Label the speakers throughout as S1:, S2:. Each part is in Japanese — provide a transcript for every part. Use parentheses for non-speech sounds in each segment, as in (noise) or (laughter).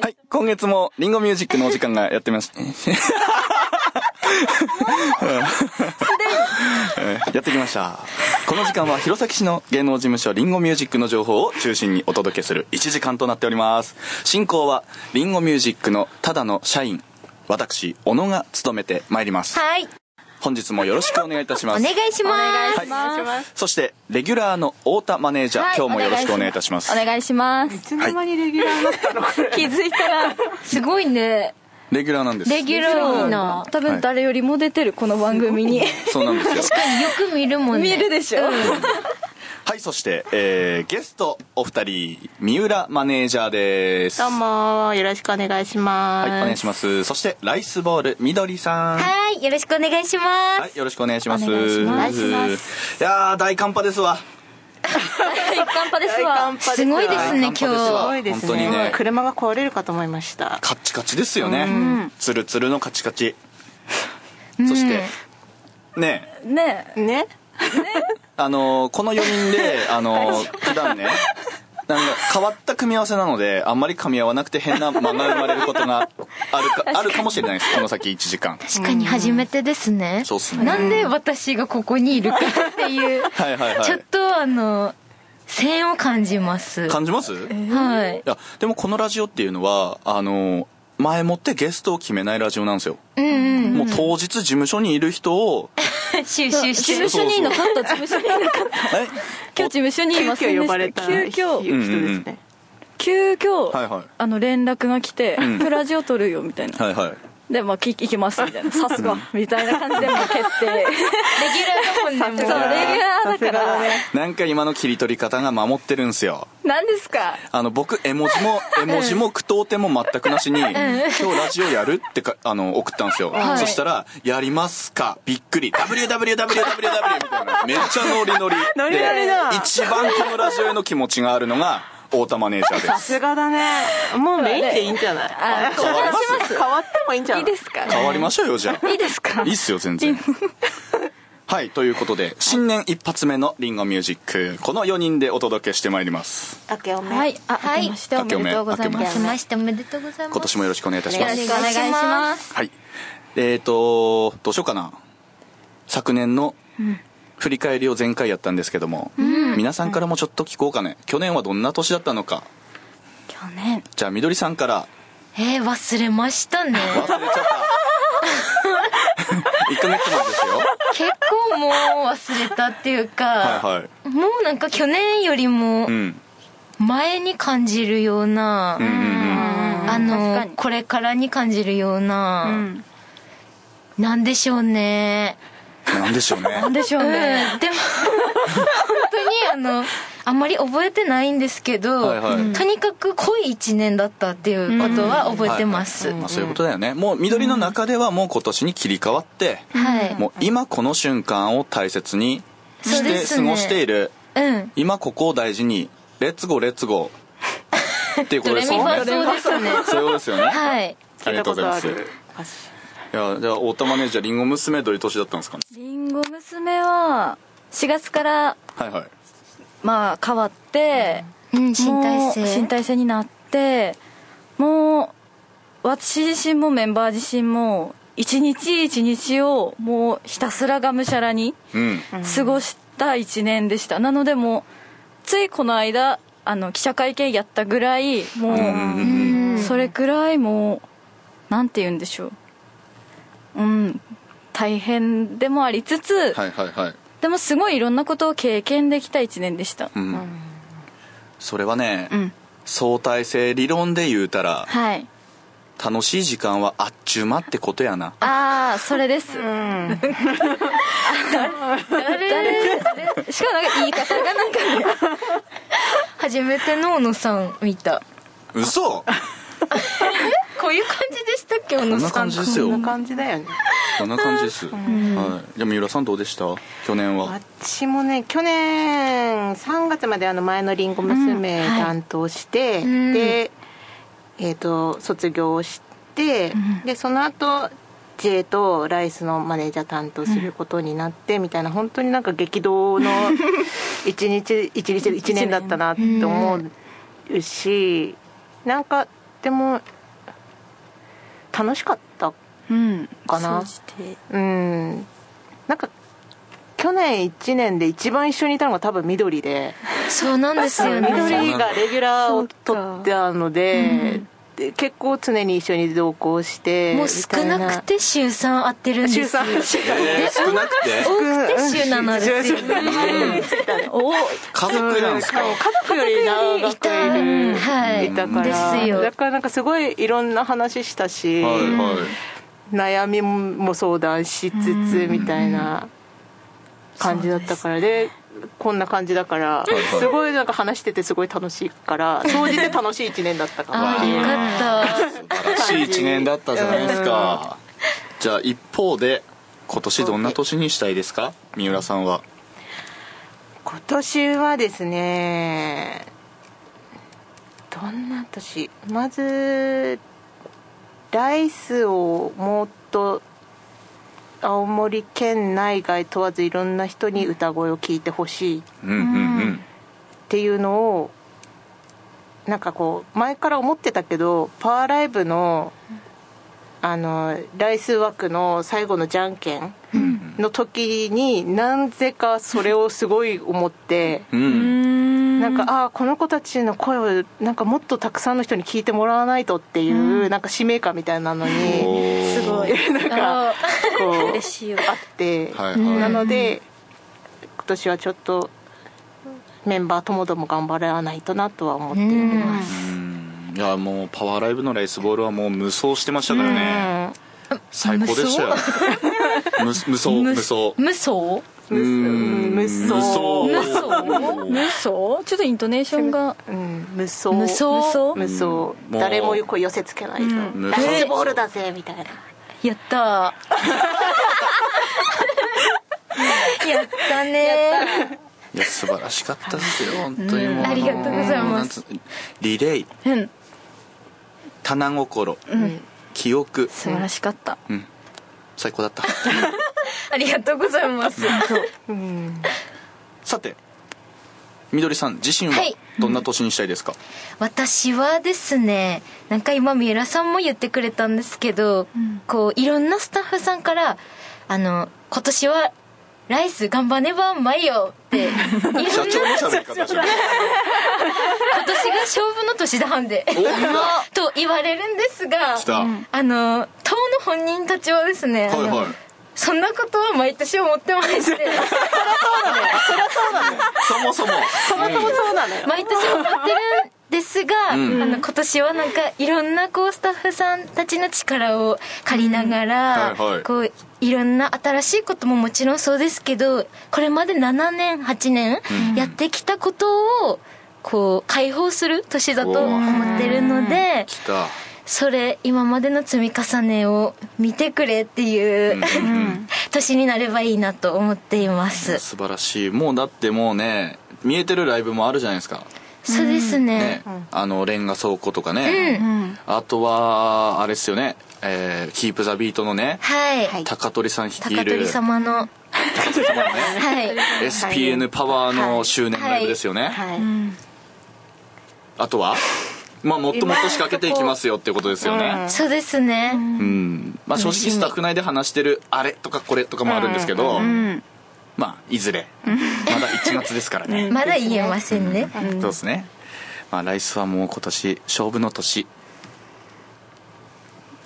S1: はい、今月もリンゴミュージックのお時間がやってました (laughs) うんやってきましたこの時間は弘前市の芸能事務所リンゴミュージックの情報を中心にお届けする1時間となっております進行はリンゴミュージックのただの社員私小野が務めてまいります
S2: はい。
S1: 本日もよろしくお願いいたし
S2: お
S1: ます
S2: 願いします。
S1: はいそしてレギュラーの太田マネージャー、
S2: はい
S1: 今日もよろしくお願いいたします
S2: お願いします。
S3: つの間にレギュラーになったのこれ
S4: 気づいたら
S2: すごいね。
S1: レギュラーなんです
S2: レギュラー。な。
S4: 多分誰よりも出てるこの番組に
S1: そうなんですよ
S2: よく見るもんね。
S4: 見るでしょ、
S1: はいそして、えーゲストお二人三浦マネージャーです
S3: どうもよろしくお願いしま
S1: はい
S3: す、
S1: お願いしますそしてライスボールみどりさん
S2: はい。よろしくお願いしま
S1: はいよろしくお願いします
S2: お願いします
S3: お願いしま
S1: やー大寒波ですわ
S4: 一般派です
S3: 大
S4: わ
S3: 寒波です
S2: すごいですね、今
S1: 乾杯ですわ
S2: 日。
S3: ごいですね
S1: 本当にね
S3: 車が壊れるかと思いました
S1: カッチカチですよね、ツルツルのカチカチ、そしてねえ
S4: ねえ
S3: ね
S1: あのーこの4人で、
S2: (laughs)
S1: あのー普段ね、なんか変わった組み合わせなので、あんまり噛み合わなくて変な間が生まれることがあるか、あるかもしれないです。この先1時間。
S2: 確かに初めてですね。
S1: そうっすね
S2: なんで私がここにいるかっていう。
S1: はいはいは
S2: ちょっ
S1: い。
S2: とあの、線を感じます。
S1: 感じますい
S2: はい。
S1: や、でもこのラジオっていうのは、あのー前もってゲストを決めないラジオなんですよ。
S2: うんうん。
S1: もう当日事務所にいる人を、
S2: 収集
S4: 事
S2: して
S4: 務所にいなかった事務所にいなかった
S1: え
S4: 今日事務所にい
S3: 急
S4: ません
S3: 遽
S4: で
S3: 呼
S4: し
S3: ば
S4: た
S3: れた
S4: 急
S3: 人
S4: 遽
S3: ですね、
S4: 急遽、
S1: はいはい
S4: あの連絡が来て「
S1: ん
S4: プラジオ撮るよ」みたいな
S1: はいはい。
S4: 「でまあき行きま
S1: (laughs)
S4: す」みたいな「さすが」みたいな感じでもう決定 (laughs)
S2: レギュラーだもんね。
S4: そうレギュ
S2: もう
S4: ラーだからね
S1: なんか今の切り取り方が守ってるんですよ。
S4: 何ですか
S1: あの僕絵文字も絵文字も句読点も全くなしに「今日ラジオやる?」ってかあの送ったんですよ、
S2: い
S1: そしたら「やりますかびっくり WWWWW」みたいなめっちゃノリノリ
S3: ノリノリだ
S1: で一番このラジオへの気持ちがあるのが太田マネージャーで
S3: さ
S1: す
S3: すがだねもうメインでいいんじゃない
S4: あ
S1: 変わりま
S3: 変わってもいいんじゃない
S4: いいですか
S1: 変わりましょうよじゃあ
S4: いいですか
S1: いいっすよ全然はいということで新年一発目のリンゴミュージックこの4人でお届けしてまいります
S3: 明けおめ、
S4: はいあ
S2: はい
S4: 明けましておめでとうござい
S1: 明け
S4: ま
S1: ま
S2: 来
S4: す
S2: ましておめでとうございます。
S1: 今年もよろしくお願いいたし
S2: よ
S1: ま
S2: ろ
S1: す
S2: しくお願いします。
S1: はい。えっ、と、どうしようかな。昨年の振り返りを前回やったんですけども、皆さんからもちょっと聞こうかね。去年はどんな年だったのか。
S4: 去年
S1: じゃあ、みどりさんから。
S2: えー、忘れましたね。
S1: 忘れちゃ
S4: (laughs)
S1: (laughs) った。1ヶ月前ですよ。
S2: 結構もう忘れたっていうか、
S1: はいはい。
S2: もうなんか去年よりも
S1: うん。
S2: 前に感じるような、
S1: うんうんうん。
S2: あ
S4: 確か
S2: の
S4: に
S2: これからに感じるような、なんでしょうね
S1: なんでしょうね
S4: なん。でしょうね
S2: うんでも本当にあのあんまり覚えてないんですけど、
S1: はいはい
S2: とにかく濃い1年だったっていうことは覚えてます、
S1: まあ、そういうことだよね。もう、緑の中ではもう今年に切り替わって、
S2: はい、
S1: もう今この瞬間を大切に
S2: そ
S1: し
S2: うで
S1: て
S2: す
S1: 過
S2: ね
S1: ごしている。
S2: うん
S1: 今ここを大事にレッツゴーレッツゴーっていうこ
S2: ド
S1: とで
S2: レミ
S1: す
S2: フ
S1: よ
S2: (laughs)
S1: ね
S2: ァそう
S1: そういうこと
S2: ですね
S1: ですよねあ
S2: はい
S3: 聞
S1: り
S3: い
S1: が
S3: た
S1: とうご
S3: こ
S1: ざい
S3: と
S1: ま
S3: あ
S1: すい
S3: る
S1: やじゃあ太田マネージャーりんご娘どういう年だったんですかね
S4: りんご娘は4月から
S1: はいはい
S4: まあ変わって、
S2: うん新体
S4: もう
S2: 制
S4: 新体制になってもう私自身もメンバー自身も一日一日をもうひたすらがむしゃらに
S1: うん
S4: 過ごした1年でした、なのでもうついこの間あの記者会見やったぐらいもう、
S1: うんうんうん
S4: それくらいもうなんて言うんでしょううん大変でもありつつ、
S1: はいはいはい
S4: でもすごいいろんなことを経験できた1年でした、
S1: うんそれはね
S4: うん
S1: 相対性理論で言うたら
S4: はい
S1: 楽しい時間はあっちゅう間ってことやな
S4: ああそれです、誰誰しかもなんか言い方がなんか
S2: 初めての小野さん見た
S1: 嘘
S2: こういう感じでしたっけ小
S1: こ
S2: 野
S1: んな
S2: さん
S1: 感じですよ
S3: こんな感じだよね
S1: こんな感じですはいじゃあ三浦さんどうでした去年は
S3: 私もね去年3月まであの前のりんご
S2: う
S3: 娘
S2: んはい
S3: 担当して、
S2: うん
S3: で、えー、と卒業をして、でその後 J とライスのマネージャー担当することになってみたいな本当になんか激動
S2: (laughs)
S3: の一日一日一年だったなって思うし、なんかっても楽しかった
S4: うん
S3: かな
S4: 総じて
S3: うんなんか去年1年で一番一緒にいたのが多分緑で
S2: そうなんですよね
S3: 緑がレギュラーを取ってたので,、
S4: そう
S3: で結構常に一緒に同行して
S2: もう少なくて週3会ってるんです
S3: 週
S2: よ
S3: 3週
S1: えー少なくて
S2: 多くて週7ですよね
S4: お
S1: 家族なんですか
S3: 家族より長くいる
S2: いたはい
S3: いたから
S2: ですよ
S3: だからなんかすごいいろんな話したし、
S1: はいはい
S3: 悩みも相談しつつみたいな感じだったからでこんな感じだから
S1: いはい
S3: すごいなんか話しててすごい楽しい (laughs) から総じて楽しい1年だったかな
S2: ああよかっ
S1: 素晴らしい1年だったじゃないですかじゃあ一方で今年どんな年にしたいですか三浦さんは
S3: 今年はですねどんな年まずライスをもっと青森県内外問わずいろんな人に歌声を聞いてほしいっ
S1: うんうん
S3: ていうのをなんかこう前から思ってたけどパワーライブのあのライス枠の最後のじゃんけん
S1: うん
S3: の時になぜかそれをすごい思って。
S1: うんう
S4: うんん
S3: なんかああこの子たちの声をなんかもっとたくさんの人に聞いてもらわないとっていう、なんか使命感みたいなのに
S1: おー
S4: すごい
S3: なんかこう
S4: 嬉しいよ
S3: あって、
S1: はい
S3: な
S1: は
S3: ので今年はちょっとメンバーともども頑張らないとなとは思っております、
S1: いうんいやもうパワーライブのライスボールはもう無双してましたからね最高でしたよ無無双無双
S2: 無双
S1: うーん
S3: 無双
S1: 無双
S4: 無双ちょっとイントネーションが
S3: うん無双
S2: 無双
S4: 無双
S3: 無双
S1: もう
S3: 誰もこう寄せつけないと、
S1: ん
S3: ライスボールだぜみたいな
S2: やったー (laughs) やったね
S1: いや素晴らしかったですよ本当にもう
S2: ありがとうござい
S1: な
S2: ます
S1: んつリレイ
S4: うん
S1: 棚心、記憶、
S4: 素晴らしかった
S1: うん、最高だった
S2: ありがとうございます
S1: さてみどりさん自身は
S2: はい
S1: どんな年にしたいですか、
S2: 私はですねなんか今三浦さんも言ってくれたんですけど、こういろんなスタッフさんから「あの今年はライス頑張ねばうまいよ」 (laughs) っていろんな
S1: 社
S2: 今年
S1: 長
S2: が
S1: の喋り方じゃん
S2: 勝負の年だはんで
S1: おうまっ
S2: と言われるんですが
S1: 来た
S2: あの党の本人たちはですね、あの
S1: はいはい
S2: そんなことは毎年思ってまして
S1: (laughs) そもそも
S3: そもそもそうなのよ、
S2: 毎年思ってるんですが、
S1: うん
S2: あの今年はなんかいろんなこうスタッフさんたちの力を借りながら、
S1: うんはいはい
S2: こういろんな新しいことももちろんそうですけどこれまで7年8年やってきたことをこう解放する年だと思ってるので。
S1: 来た
S2: それ今までの積み重ねを見てくれってい
S1: う
S2: う、
S1: んうんうん
S2: 年になればいいなと思っています、
S1: 素晴らしいもうだってもうね見えてるライブもあるじゃないですか、
S2: そうですね
S1: ねあのレンガ倉庫とかね、あとはあれですよね、えー、キープザビートのね、
S2: はい、
S3: はい
S1: 高取さん率い
S2: 高
S1: る
S2: 取様の
S1: 高取様のね
S2: はい
S1: SPN パワーの周年ライブですよね、
S3: はい
S1: あとはまあもっともっと仕掛けていきますよってことですよね
S2: そうですね、
S1: うんまあ正直スタッフ内で話してるあれとかこれとかもあるんですけど
S4: うん
S1: まあいずれまだ1月ですからね
S2: まだ言えませんね、
S1: そうですねまあ来週はもう今年勝負の年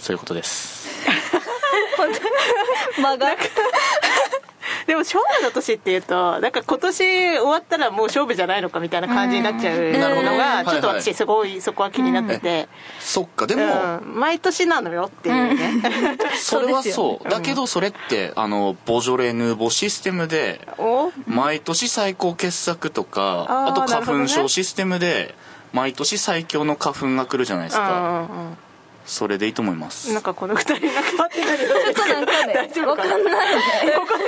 S1: そういうことです
S3: 間がでも勝負の年っていうとなんか今年終わったらもう勝負じゃないのかみたいな感じになっちゃう
S1: なるほど
S3: のがちょっと
S1: はいは
S3: 私
S1: い
S3: すごいそこは気になってて、
S1: そっかで
S3: う
S1: も
S3: ん、毎年なのよっていうね、
S1: それはそうだけどそれってあのボジョレ・ヌーボーシステムで
S3: (laughs) お
S1: 毎年最高傑作とか
S3: あー
S1: あと
S3: なるほど
S1: 花粉
S3: ね
S1: 症システムで毎年最強の花粉が来るじゃないですか
S3: うんうん
S1: それでいいと思いま
S3: うん、
S1: す
S3: なんかこの二人が変わってないちょっと
S4: なんかね
S3: 大丈夫かな分かんないここ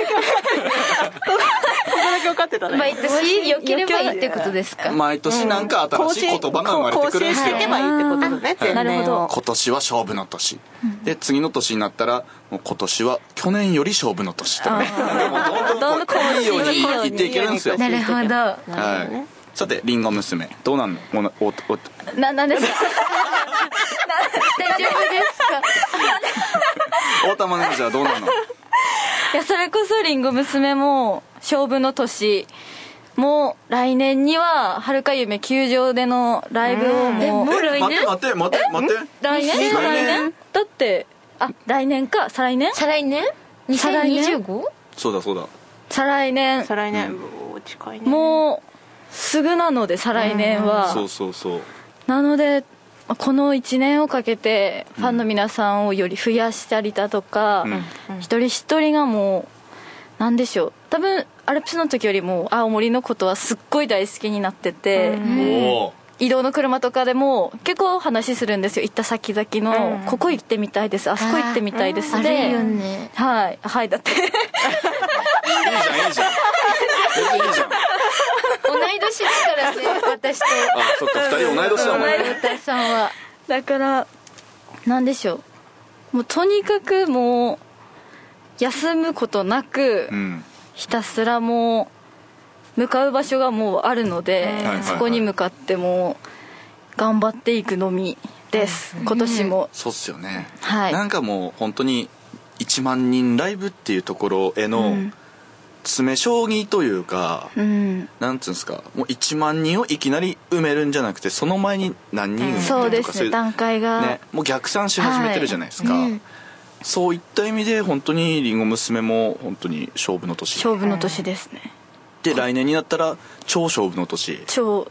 S3: だけ分かってたね
S2: 毎年良ければいいってことですか、
S1: 毎年なんか新しい言葉が生まれてくるんですよ
S3: 更新していけばいいってことだね
S1: はい
S3: 前
S4: なる
S3: 年
S4: ほ
S3: を
S4: ど
S1: 今年は勝負の年で次の年になったらもう今年は去年より勝負の年とかねでもどんどんこういいように言っていけるんですよ
S2: なるほど
S1: はいさてりんご娘どうなんのおおお
S4: ななんですか
S2: 大丈夫ですか
S1: 大玉のじゃあどうなの
S4: いやそれこそりんご娘も勝負の年もう来年にははるか夢球場でのライブを
S2: えも
S4: もう
S2: う来年
S5: 待って待って待って待って来
S4: 来年再来
S5: 年
S4: 年だってあ来年か再来年
S2: 再来年
S4: 再来年
S2: 2025?
S1: そうだそうだ
S4: 再来年
S3: 再来年、うお近いね
S4: もうすぐなので再来年は
S1: そうそうそう
S4: なのでこの1年をかけてファンの皆さんをより増やしたりだとか、
S1: うん
S4: 一人一人がもうなんでしょう多分アルプスの時よりも青森のことはすっごい大好きになってて、
S1: おお
S4: 移動の車とかでも結構話するんですよ行った先々の、ここ行ってみたいですあそこ行ってみたいです
S2: あ
S4: で
S2: るよね
S4: はいはいだって
S1: いいじゃんいいじゃん全然いいじゃんあ
S2: 同い年ですからね私と
S1: (laughs) そっか二人同い年だもんね
S2: 太田さんは
S4: だからなんでしょうもうとにかくもう休むことなく、
S1: うん
S4: ひたすらもう向かう場所がもうあるので、
S1: いはいはい
S4: そこに向かってもう頑張っていくのみです、今年も、
S1: そうっすよね
S4: はい
S1: なんかもう本当に1万人ライブっていうところへ
S4: う
S1: の
S4: ん
S1: 詰め将棋というか
S4: うん、
S1: なんつうんですかもう1万人をいきなり埋めるんじゃなくてその前に何人埋めるとか、
S4: そうですね段階が、
S1: ね、もう逆算し始めてるじゃないですか、
S2: はいうん
S1: そういった意味で本当にりんご娘も本当に勝負の年
S4: 勝負の年ですね、
S1: で来年になったら超勝負の年
S4: 超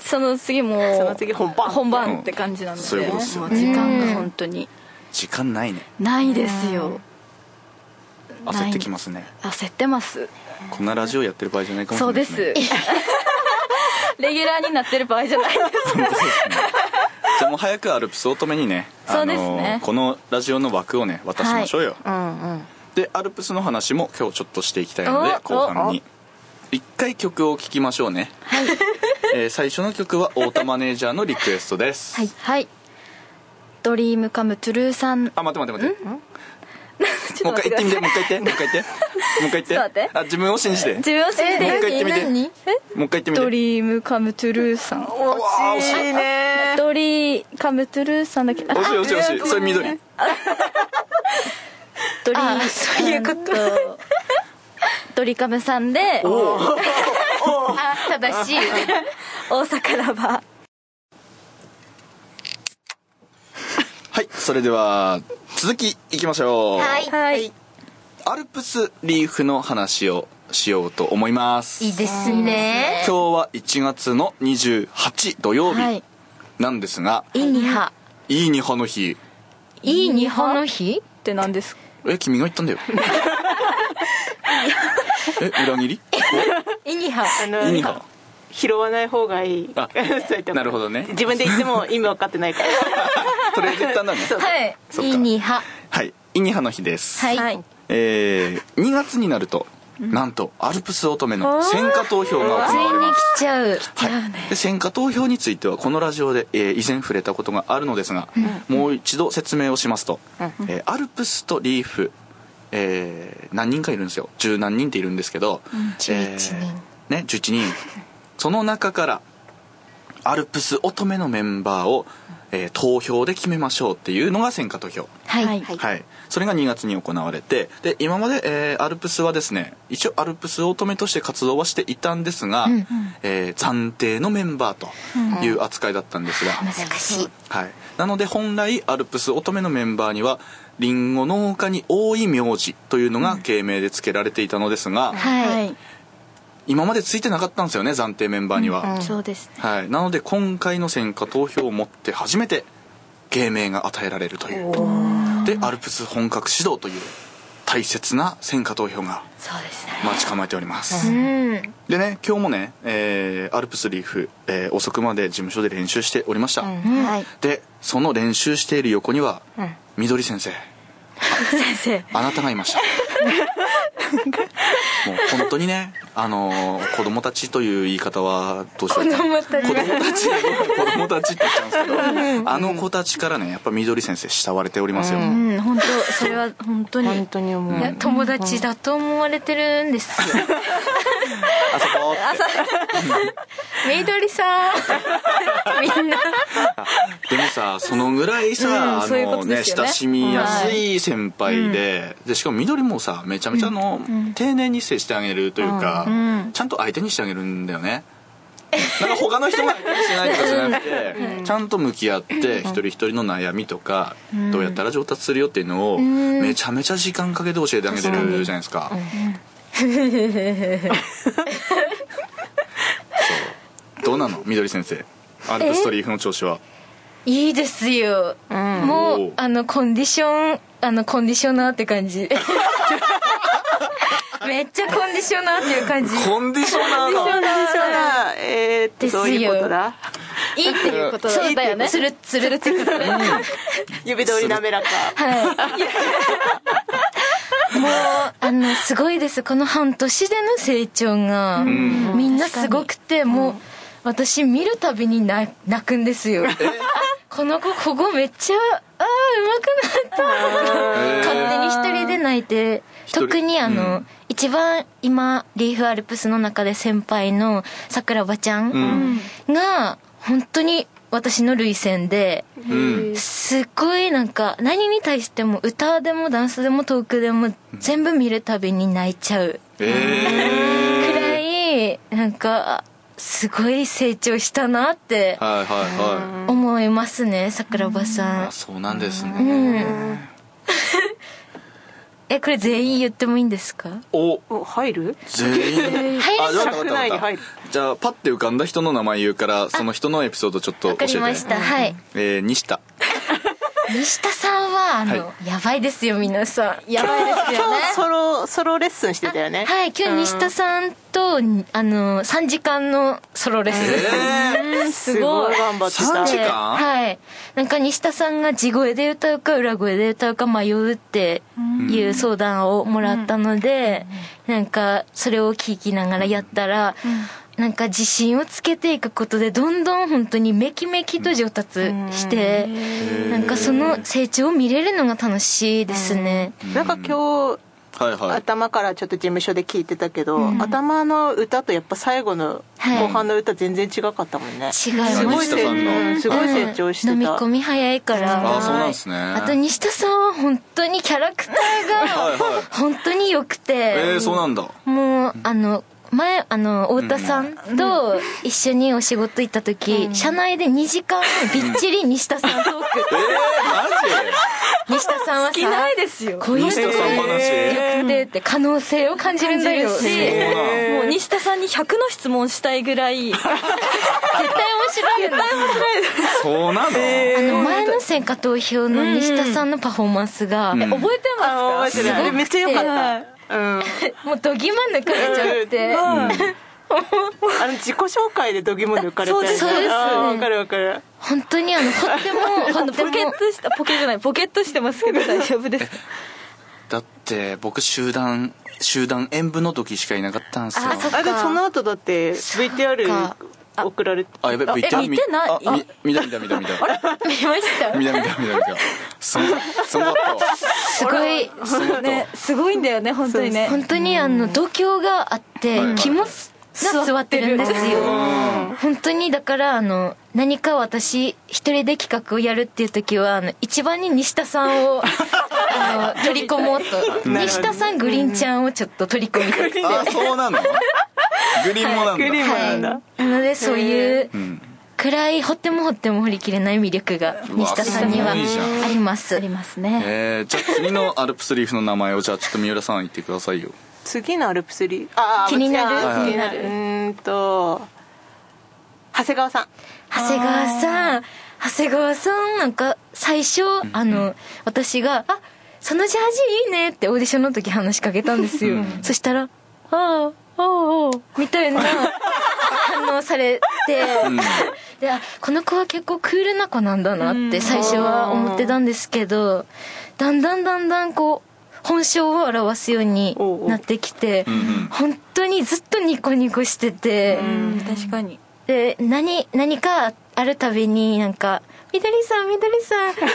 S4: その次も
S3: その次本番
S4: 本番って感じなので、
S1: そういうことですよね
S4: もう時間が本当に
S1: 時間ないね
S4: ないですよ
S1: 焦ってきますね
S4: 焦ってます
S1: こんなラジオやってる場合じゃないかもしれ
S4: そ
S1: な
S4: う
S1: いで、
S4: です (laughs) す
S1: ね、
S4: レギュラーになってる場合じゃないです
S1: じゃあもう早くアルプス乙女にね
S4: そうですね
S1: このラジオの枠をね渡しましょうよ、
S3: うんうん
S1: でアルプスの話も今日ちょっとしていきたいので
S4: お
S1: 後半に一回曲を聴きましょうね、 (laughs) えー最初の曲は太田マネージャーのリクエストです、
S4: はい、ドリームカムトゥルーさん (laughs) ちょ
S1: あ待って待って待って
S4: と
S1: もう一回
S4: 待って
S1: 言ってみ
S4: く
S1: てもう一回
S4: (laughs)
S1: 言ってもう一回言ってもう一回言っ
S4: ちょっと待
S1: て
S4: って
S1: あ自分を信じてもう
S4: 自分を信じ
S1: 一
S4: て
S1: 回言ってみて
S2: 何何
S1: もう一回言ってみて
S4: ドリームカムトゥルーさん
S3: 惜しいね
S4: ドリーカムトゥルーさんだっけあ
S1: 惜しい惜しい惜しいそれ緑
S4: ドリ
S2: あ
S4: ー
S2: そういうこと
S4: とドリカムさん
S2: あ
S4: で
S2: 正しい
S4: 大阪ラバー
S1: はいそれでは続きいきましょう、
S2: はい
S4: はい
S1: アルプスリーフの話をしようと思います
S2: いいですね
S1: 今日は1月の28土曜
S4: は
S1: 日
S4: い
S1: なんですが、、
S2: いいにはい
S1: い日派の日
S2: いいにはの日
S4: って何ですか
S1: え君が言ったんだよえ裏切り
S2: いいには
S3: あ
S1: いい日
S3: の
S1: 派
S3: 拾わない方がいい
S1: あ
S3: そういった
S1: なるほどね
S3: 自分で言っても意味分かってないから
S1: とりあえず言ったんだね
S4: はい
S1: そっか
S2: いいには
S1: はいイニハの日です、
S2: はい
S4: はい
S1: えー2月になると、なんとアルプス乙女の選果投票が
S2: つ
S1: 行
S2: い
S1: われ
S2: に
S1: ます
S2: 来ちゃう
S1: はい、で選果投票についてはこのラジオで、えー以前触れたことがあるのですが、もう一度説明をしますと、えーアルプスとリーフ、えー何人かいるんですよ十何人っているんですけど、えー
S2: 11人
S1: ね、11人その中からアルプス乙女のメンバーを、えー投票で決めましょうっていうのが選果投票
S2: はい
S4: はい
S3: はい
S1: はい、それが2月に行われてで今まで、えーアルプスはですね一応アルプス乙女として活動はしていたんですが、
S2: うん
S1: えー暫定のメンバーという扱いだったんですが、
S2: 難しい
S1: はい、なので本来アルプス乙女のメンバーにはりんご農家に多い名字というのが芸名で付けられていたのですが、
S2: はい
S1: 今まで付いてなかったんですよね暫定メンバーには、
S4: そうですね
S1: はい、なので今回の選果投票をもって初めて芸名が与えられるというでアルプス本格指導という大切な選果投票が
S4: そうですね
S1: 待ち構えております、
S2: うん
S1: でね今日もね、えーアルプスリーフ、えー遅くまで事務所で練習しておりました、
S4: はい
S1: でその練習している横には、みどり先生
S4: 先生
S1: あなたがいましたもう本当にねあのー子供たちという言い方はどうしようか
S2: 供たち
S1: 子供たち子供たちって言っちゃうんですけどあの子たちからねやっぱみどり先生慕われておりますよ、
S4: うん本当それは本当に
S3: (laughs) 本当に思う
S2: いや友達だと思われてるんですよ
S1: あそこって
S2: メイドリさんみんな
S1: でもさそのぐらいさ、
S4: うん
S1: あ
S4: そういうこ
S1: の
S4: と
S1: ね
S4: ですよね
S1: 親しみやすい先輩で,、でしかも緑もさめちゃめちゃあの、丁寧に接してあげるというか、
S4: ん
S1: ちゃんと相手にしてあげるんだよね。なんか他の人が相手にしてないとかじゃなくて、ちゃんと向き合って一人一人の悩みとか、どうやったら上達するよっていうのをめちゃめちゃ時間かけて教えてあげてるじゃないですか。そうどうなの緑先生アルプストリーフの調子は。
S2: いいですよ、も
S1: お
S2: う
S1: ー
S2: あのコンディションあのコンディショナーって感 (laughs) じめっちゃコンディショナーっていう感
S1: (laughs)
S2: じ
S1: コンディショナーなの
S3: そうだえーっと
S2: ですよ
S3: どういうことだ
S2: いいっていうことそうだよねつるつるってことね
S3: 指通り滑らか
S2: もうあのすごいですこの半年での成長が、
S1: ん
S2: みんなすごくてもう、私見るたびに泣泣くんですよあ (laughs) この子ここめっちゃあーうまくなった勝手に一人で泣いて
S1: 人
S2: 特にあの、
S1: うん
S2: 一番今リーフアルプスの中で先輩のさくらばちゃ
S1: うんん
S2: が本当に私の涙腺で
S1: うん
S2: すっごいなんか何に対しても歌でもダンスでもトークでも全部見るたびに泣いちゃう
S1: え
S2: くらいなんかすごい成長したなって
S1: ー、はいはいは
S2: 思いますね桜庭
S1: い
S2: さ
S1: あそうなんです
S2: んう
S1: ね
S2: んえこれ全員言ってもいいんですか
S1: お
S3: お入る
S1: 全員
S2: 入
S1: あ
S2: り
S1: じゃあ分
S2: まし
S1: かった分
S3: 尺内に
S1: か
S3: 入
S1: っ
S3: る
S1: たじゃあパッて浮かんだ人の名前言うからその人のエピソードちょっと
S2: たわ
S1: 教え
S2: か
S1: て
S2: りましたはい
S1: えー西田
S2: 西田さんはあの、
S1: は
S2: やばいですよ皆さんやばいですよ
S3: 今日ソロソロレッスンしてたよね
S2: はい今日西田さんと、あの3時間のソロレッスン、
S1: え
S3: うんすごい頑張って
S1: 三時
S3: た
S1: 間
S2: はいなんか西田さんが地声で歌うか裏声で歌うか迷うっていう相談をもらったので、なんかそれを聞きながらやったら、なんか自信をつけていくことでどんどん本当にメキメキと上達して、
S1: ー
S2: なんかその成長を見れるのが楽しいですね、
S3: なんか今日
S1: はいはい
S3: 頭からちょっと事務所で聞いてたけど、頭の歌とやっぱ最後の
S2: はい
S3: 後半の歌全然違かったもんね、
S2: 違いま
S1: ごい西
S2: した
S1: 田さんの
S3: うんすごい成長してた、
S2: 飲み込み早いから
S1: あそうなんですね
S2: あと西田さんは本当にキャラクタ
S1: はい
S2: ー
S1: はい
S2: が本当に良くて、
S1: えー、そうなんだ
S2: もうあの前あの太田さんと一緒にお仕事行った時、社内で2時間びっちり西田さんト
S1: え
S2: ーク
S1: ー、
S2: 西田さんは
S4: 好きな
S2: さ
S4: いですよ
S2: こういう
S1: 西田
S2: とこ
S1: さん
S2: が
S1: 話
S2: 良くてって可能性を感じるんだよし
S4: 感じ
S2: 絶
S4: るし
S1: えー
S4: もう西田さんに100の質問したいぐら
S2: 対
S4: い
S2: 面白いよね
S1: そうなの、え
S2: あの前の選果投票の西田さんのパフォーマンスが、
S1: ん
S4: 覚えて
S3: あ
S4: ま
S3: 面
S4: すか
S3: 白いあれめっちゃ良か
S4: は
S3: っ
S4: い
S3: た、うん、
S2: もうどぎま抜かれちゃって
S3: あの自己紹介でどぎも抜かれて
S4: そうです
S2: そうです
S3: あーわかるわかる
S2: 本当にあのほってもほ
S4: (laughs) あ
S2: っ
S4: の
S2: て
S4: ポケ
S2: も
S4: ットしたポケじゃないポケットしてますけど大丈夫です
S1: だって僕集団集団演舞の時しかいなかったんですよ
S2: あそっか
S3: あでその後だって VTR
S2: か
S3: 送られて
S1: あやべ
S3: あ
S1: VTR
S4: 見てない
S1: あみ見た見た見た見た
S2: 見ました
S1: 見た見た見た見たすごすごかっ
S2: すごい
S4: ねすごいんだよね本当にね
S2: 本当にあの度胸があ
S1: は
S2: って
S1: い
S2: 気もが座ってるんですよ本当にだからあの何か私一人で企画をやるっていう時はあの一番に西田さんをあの取り込もうと
S3: なるほど
S2: 西田さんグリーンちゃんをちょっと取り込みたくて
S1: たあそうなのグリーンもなん
S3: ク
S1: だ、
S3: リームなんだ、
S2: はい、なのでそういう
S1: うん
S2: くらい掘っても掘っても掘りきれない魅力が
S1: うわ
S2: 西田さんには
S1: すごいじゃん
S2: あります
S4: ありますね
S1: えー、じゃあ次のアルプスリーフの名前をじゃあちょっと三浦さん言ってくださいよ
S3: 次のアルプスリーあー
S2: 気になる
S3: あー
S1: 気
S3: 気
S1: に
S3: に
S1: な
S3: な
S1: る
S3: るうーんと長谷川さん
S2: 長谷川さん長谷川さんなんか最初あの私が「あそのジャージいいね」ってオーディションの時話しかけたんですよそしたら「ああああああ」みたいな反応されてであこの子は結構クールな子なんだなって最初は思ってたんですけどだんだんだんだんこう本性を表すようになってきて
S1: おううんうん
S2: 本当にずっとニコニコしてて。
S4: うん確かに
S2: で何何かあるたびになんか「みどりさんみどりさんみどりさ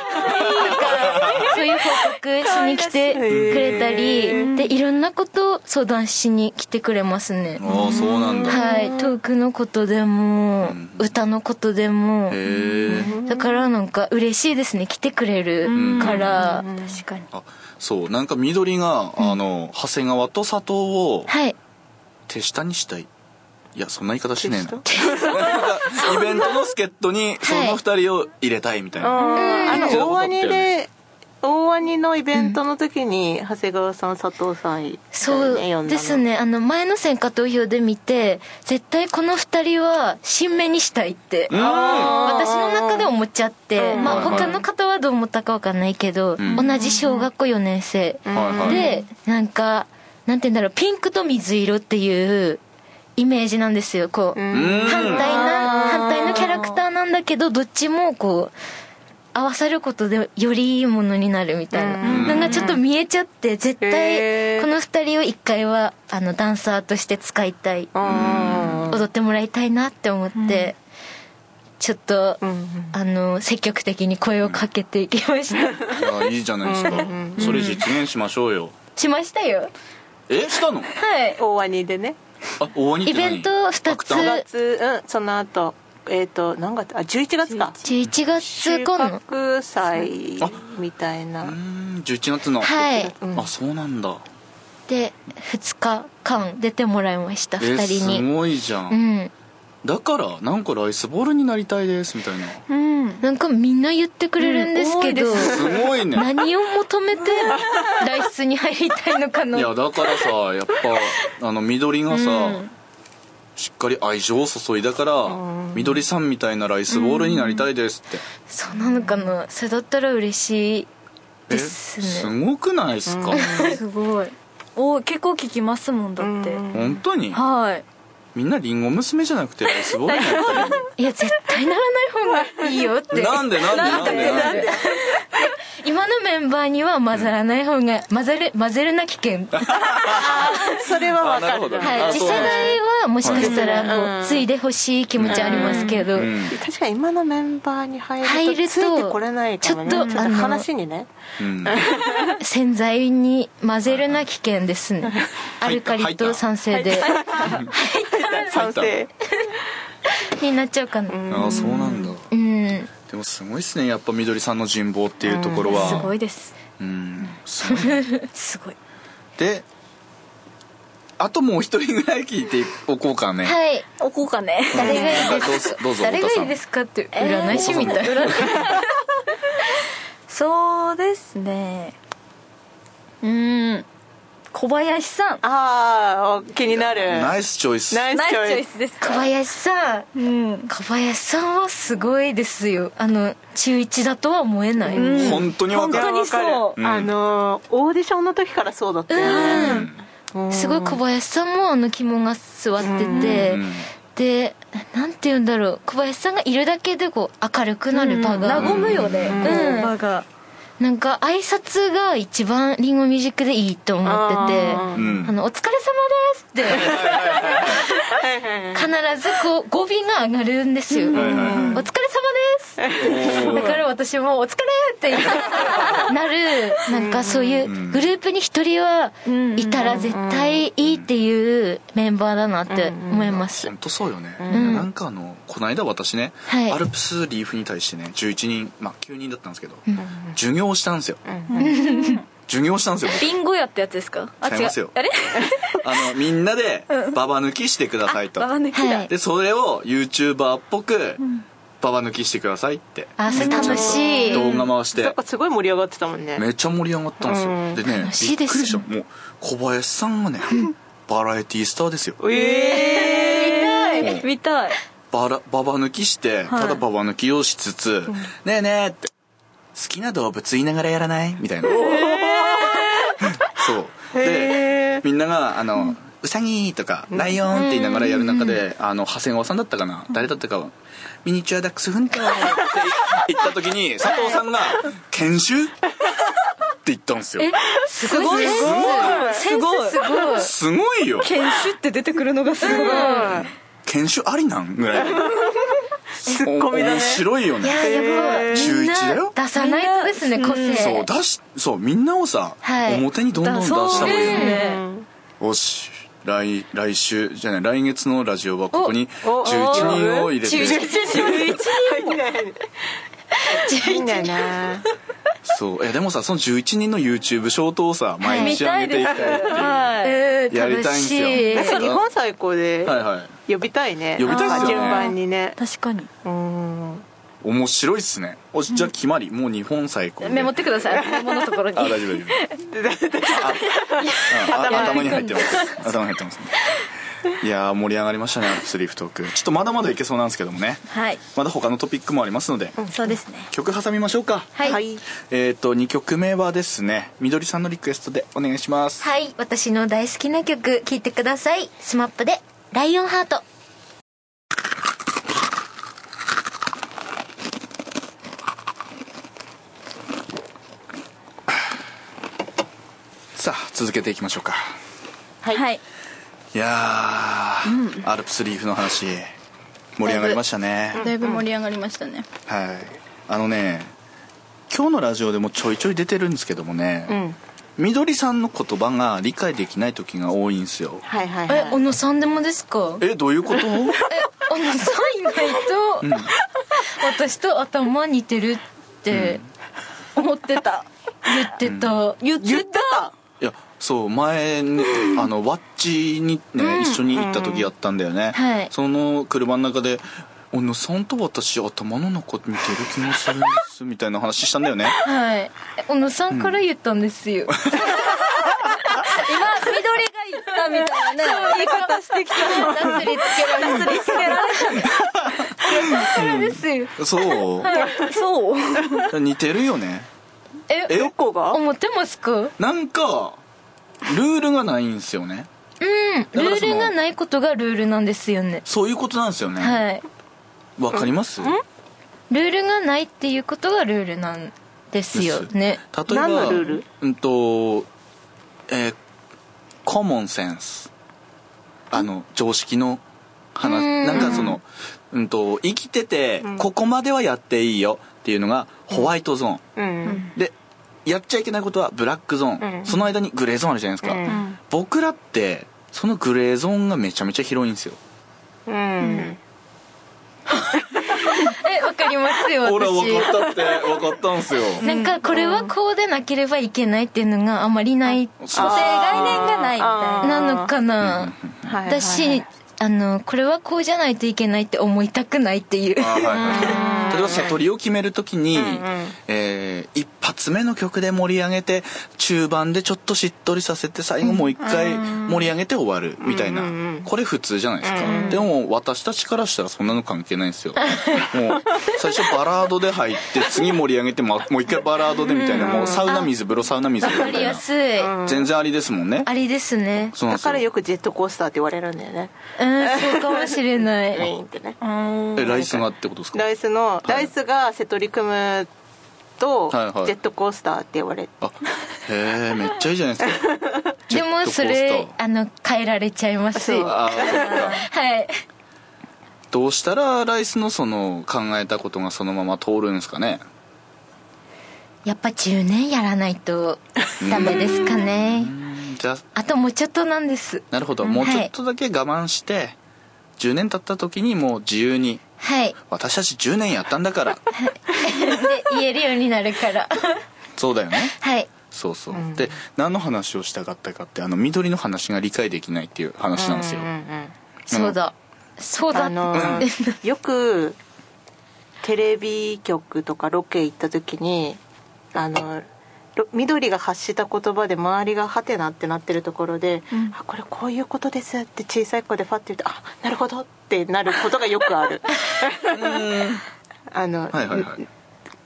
S2: んの缶バッジ当たりました」とかそういう報告しに来てくれたりでいろんなことを相談しに来てくれますね
S1: ああそうなんだへ
S2: はいトークのことでも
S1: ん
S2: 歌のことでも
S1: え
S2: だからなんか嬉しいですね来てくれるから
S4: 確かに
S1: あそうなんか緑があの長谷川と佐藤を
S2: はい
S1: 手下にしたいいやそんな言い方しねえなイベントの助っ人にその二人を入れたいみたいな、
S3: あ
S1: うん
S3: の大ワニで大ワニのイベントの時に長谷川さん佐藤さんいた
S2: そ
S3: よね呼んだ
S2: う
S3: の
S2: ですねあの前の選果投票で見て絶対この2人は新芽にしたいって私の中で思っちゃって、
S3: うん
S2: まあ、
S1: はいはい
S2: 他の方はどう思ったか分かんないけど、
S1: ん
S2: 同じ小学校4年生、
S1: はいはい
S2: でなんかなんて言うんだろうピンクと水色っていうイメージなんですよこう、
S1: う
S3: う
S1: ん
S3: ん
S2: 反対な
S3: あー
S2: 反対のキャラクターなんだけどどっちもこう合わさることでよりいいものになるみたい
S3: うん
S2: なのがちょっと見えちゃって絶
S3: へ
S2: 対
S3: ー
S2: この2人を一回はあのダンサーとして使いたい
S3: あー
S2: 踊ってもらいたいなって思ってちょっと
S3: うんうん
S2: あの積極的に声をかけていきました
S1: いやいいじゃないですかそれ実現しましょうよ
S2: (laughs) しましたよ
S1: えしたの
S2: はい
S3: 大ワニでね
S1: あ大ワニって
S2: イ
S1: 何
S2: ベント2
S1: 爆
S2: つ
S1: 弾
S3: 9月うんその後えっ、と何月あ11月か
S2: 11
S3: 収
S2: 月今度
S3: 穫祭みたいな
S1: うーん11月の
S2: はい
S3: うん
S1: あそうなんだ
S2: で2日間出てもらいました
S1: えー
S2: 2人
S1: す
S2: に
S1: ごいじゃん、
S2: うん
S1: だからなんかライスボールになりたいですみたいな
S4: うん
S2: なんかみんな言ってくれるんですけど、
S4: うん多いです
S1: ごいね
S2: 何を求めてライスに入りたいのか
S1: いや
S2: の
S1: だからさやっぱあの緑がさ、しっかり愛情を注いだから緑さんみたいなライスボールになりたいですって、
S2: そうなのかなそれだったら嬉しい
S1: え
S2: ですね
S1: すごくないですか、
S2: すごい
S4: お結構聞きますもんだって
S3: うん
S1: 本当に
S4: はい
S1: みんなりんご娘じゃなくてライスボールになり
S2: いや絶対ならない方がいいよった
S1: い
S2: て
S1: なんでなんでなんでなんで
S2: 今のメンバーには混ざらない方が混ざる混ぜるな危険
S3: (laughs) それは
S1: あ
S3: 分
S1: な
S3: か
S1: るほ
S3: る
S1: どね
S2: はい
S1: あ
S2: 次
S1: そう
S2: 世
S1: なんですね
S2: 代はもしかしたら
S3: う
S2: こ
S3: ん
S2: う継いでほしい気持ちありますけど、
S1: うん
S3: 確かに今のメンバーに入ると
S2: 入ると
S3: ついてこれないかも
S2: ち
S3: ねち
S2: ょ
S3: ょ
S2: っ
S3: っ
S2: と
S3: と
S2: あの
S3: 話にね
S1: うん
S2: 洗剤に混ぜるな危険ですねアルカリと酸性で
S3: 賛成
S2: になっちゃうかな
S1: ああそうなんだ
S2: うん
S1: でもすごいっすねやっぱみどりさんの人望っていうところは
S4: すごいです
S1: うんすごい
S4: すごい
S1: であともう一人ぐらい聞いておこうかね、
S2: はい
S4: おこうかね
S2: 誰がいいです
S1: どうぞどうぞ
S2: 誰
S1: 太
S2: が
S1: 田さ
S2: い
S1: ん
S2: いですかって占い師みたいな、
S4: そうですねうーん小林さん
S3: ああ気になる
S1: ナイスチョイス
S3: ナイ
S4: ナ
S3: ス
S4: イス
S3: チ
S4: チョ
S3: ョ
S4: イ
S3: イ
S4: スです
S2: 小林さん
S4: うん
S2: 小林さんはすごいですよあの中1だとは思えない、うん
S4: うん
S1: 本当にわ
S3: 本
S1: かる
S3: 当にそう、
S1: うん
S3: あのオーディションの時からそうだったよね、うん
S2: すごい小林さんもあの肝が座ってて、
S1: うん
S2: でなんて言うんだろう小林さんがいるだけでこう明るくなる場が、
S4: 和むよね
S2: うん
S4: 言葉が
S2: なんか挨拶が一番リンゴミュージックでいいと思ってて「
S1: う
S3: あー
S2: あ
S1: ん
S2: のお疲れ様です」って
S3: はいはいはい
S2: 必ずこう語尾が上がるんですよ「お疲
S1: はい
S2: れ
S1: はい
S2: 様
S1: は
S2: です」だから私も「お疲れ!」って言いたくなるなんかそういうグループに一人はいたら絶対いいっていうメンバーだなって思いま
S1: い
S2: す
S1: 本当そうよね、
S2: ん
S1: なんかあのこの間私ね、
S2: はい
S1: アルプスリーフに対してね11人まあ9人だったんですけど、授業をしたんですよ、授業したんですよ僕
S4: ビンゴやってやつですかあ
S1: 違いますよ
S4: あれ
S1: あのみんなでババ抜きしてくださいと
S4: ババ抜きだ
S2: はい
S1: でそれを YouTuber っぽくババ抜きしてくださいって
S2: あそれ楽しい
S1: 動画回し
S3: なん
S1: て
S3: かすごい盛り上がってたもんね
S1: めっちゃ盛り上がったんですよ、
S3: うん
S1: でね
S2: 楽しい
S1: び
S2: で
S1: っく
S2: すね
S1: りしたもう小林さんが
S2: (laughs)
S1: ねバラエティースターですよ
S3: ええ
S1: い
S4: 見たい
S1: バラババ抜きして、ただババ抜きをしつつ「ねえねえ」って「好きな動物言いながらやらない?」みたいな、そうでみんなが「あのうさぎ」とか「ライオン」って言いながらやる中で、あの長谷川さんだったかな誰だったかは「ミニチュアダックスフント」って言った時に佐藤さんが「研修?」って言ったんですよ
S2: すごい
S4: す
S2: すごい
S4: すご
S2: すご
S4: い
S2: い
S1: すごいよ
S4: 研修って出てくるのがすごい
S1: 研犬種ありなんぐらい
S3: ツッコミだ
S1: 面
S3: ね
S1: 白いよ
S2: いや
S1: ね
S2: ー
S3: へ
S2: やっぱ
S1: ー
S2: みん
S1: 中一だ
S2: な
S1: よ
S2: 出さないとですね
S4: みんな
S2: 個性
S1: そう出しそうみんなをさ、
S2: はい
S1: 表にどんどん出した方がいいよ
S4: だそ
S1: ね
S4: うね
S3: うん
S1: よし来来週じゃない来月のラジオはここに
S3: おお
S1: 11人を入れ
S2: 11
S1: て
S3: 入ん (laughs) ない入んないな
S1: そういやでもさその11人の YouTube ショートをさ
S2: い
S1: 毎日上げていきたいっていう
S4: はい
S2: えー
S1: やり
S2: 楽
S1: たいんす
S2: し
S1: よ
S2: い
S3: なんか日本最高
S1: はい
S3: で
S1: はい
S3: 呼びたいね
S1: 呼びたいっすよね
S3: なんか順番にね
S4: 確かに
S3: うん
S1: 面白いっすねおしじゃあ決まりもう日本最高で
S2: メモってください
S4: (laughs)
S2: 頭のところに
S1: あ大丈夫大丈夫あうんあ頭に入ってます頭に入ってますねいやー盛り上がりましたねアップスリーフトークちょっとまだまだいけそうなんですけどもね
S4: はい
S1: まだ他のトピックもありますので
S4: そうですね
S1: 曲挟みましょうか
S2: はい
S3: は
S2: はい
S3: い
S1: えっと2曲目はですねみどりさんのリクエストでお願いします
S2: 私の大好きな曲聴いてください SMAP で「ライオンハート」
S1: さあ続けていきましょうか
S4: はい、
S1: いやー、アルプスリーフの話盛り上がりましたね、
S4: だいぶ盛り上がりましたね、
S1: はいあのね今日のラジオでもちょいちょい出てるんですけどもね、
S3: ん
S1: みどりさんの言葉が理解できない時が多いんですよ
S3: はいはい
S2: え
S3: は
S2: 小
S3: い
S2: 野さんでもですか
S1: えどういうこと
S2: え小野さんいないと、 (laughs) 私と頭似てるって
S4: 思ってた
S2: 言ってた、
S4: 言ってた
S3: 言ってた
S1: いやそう前にあのワッチにね、一緒に行った時やったんだよね、
S2: はい
S1: その車の中で「小野さんと私頭の中似てる気もするんです」みたいな話したんだ
S2: (laughs)
S1: よね
S2: はいえ小野さんから言ったんです (laughs) よ、
S4: 今緑が言ったみたいなね言い方してきた
S2: なすりつけられなすりつけられたねですよ
S1: そう
S4: そう
S1: 似てるよね
S2: え
S1: え
S3: どこが
S2: 思ってますかうん
S1: なんかルールがないんですよね
S2: ル
S1: から
S2: ー
S1: その
S2: ルがないことがルールなんですよね
S1: そういうことなんですよねわ、
S2: はい
S1: かります
S2: ルールがないっていうことがルールなんですよね
S1: 例えば
S3: 何のルール
S1: うんとえーコモンセンスあの常識の話
S2: うん
S1: なんかそのうんと生きてて
S3: ん
S1: ここまではやっていいよっていうのがホワイトゾーン、
S3: うん
S1: でやっちゃいけないことはブラックゾーン、
S3: うん
S1: その間にグレーゾーンあるじゃないですか、
S3: うん
S1: 僕らってそのグレーゾーンがめちゃめちゃ広いんですよ
S3: うん
S2: えわかりますよ私
S1: ったって分かったんすよ
S2: なんかこれはこうでなければいけないっていうのがあまりない
S1: そう
S4: 固定概念がないみ
S3: あー
S4: たいな
S2: なのか
S1: うん
S2: な
S3: はいはい
S2: 私あのこれはこうじゃないといけないって思いたくないっていう
S1: あはいはい例えば悟りを決めるときに、
S3: んうん
S1: えー一発目の曲で盛り上げて中盤でちょっとしっとりさせて最後もう一回盛り上げて終わるみたいな、
S3: うんうんうん
S1: これ普通じゃないですか、
S3: うん
S1: でも私たちからしたらそんなの関係ないんですよもう最初バラードで入って次盛り上げてまもう一回バラードでみたいな、もうサウナ水風呂サウナ水風呂
S2: や
S1: み
S2: り
S1: たい
S2: や
S1: な
S2: すい、
S3: ん
S1: 全然ありですもんね
S2: ありですね
S1: そうなん
S3: だ
S1: です
S3: か
S1: よ
S3: らよくジェットコースターって言われるんだよね
S2: うんそうかもしれな
S3: ウィ
S1: (laughs)
S2: い
S3: ーンってね
S1: えライスがってことですか
S3: ライスのライスが瀬戸り組むとジ
S1: はいはい
S3: ェットコースターって言われる
S1: あへえめっちゃいいじゃないですかジ
S3: (laughs)
S2: で
S1: ェットコー
S2: も
S1: スタ
S2: そ
S1: ー
S2: れあの変えられちゃいます
S3: そう
S2: は
S1: あーそっか
S2: い
S1: どうしたらライスのその考えたことがそのまま通るんですかね
S2: やっぱ10年やらないとダメですかね
S1: じゃあ
S2: あともうちょっとなんです
S1: なるほど
S2: ん
S1: もうちょっとだけ我慢して10年経った時にもう自由に
S2: (laughs) はい
S1: 私たち10年やったんだ (laughs) から
S2: で言えるようになるから
S1: そうだよね
S2: はい
S1: そうそう、で何の話をしたかったかってあの緑の話が理解できないっていう話なんですよ、
S3: うんうんうん
S2: そうだそうだ
S3: あのー (laughs) よくテレビ局とかロケ行った時にあのろ緑が発した言葉で周りが「ハテナ」ってなってるところで「あこれこういうことです」って小さい子でファッて言って「あなるほど」ってなることがよくある。 (laughs) あの、
S1: はいはいはい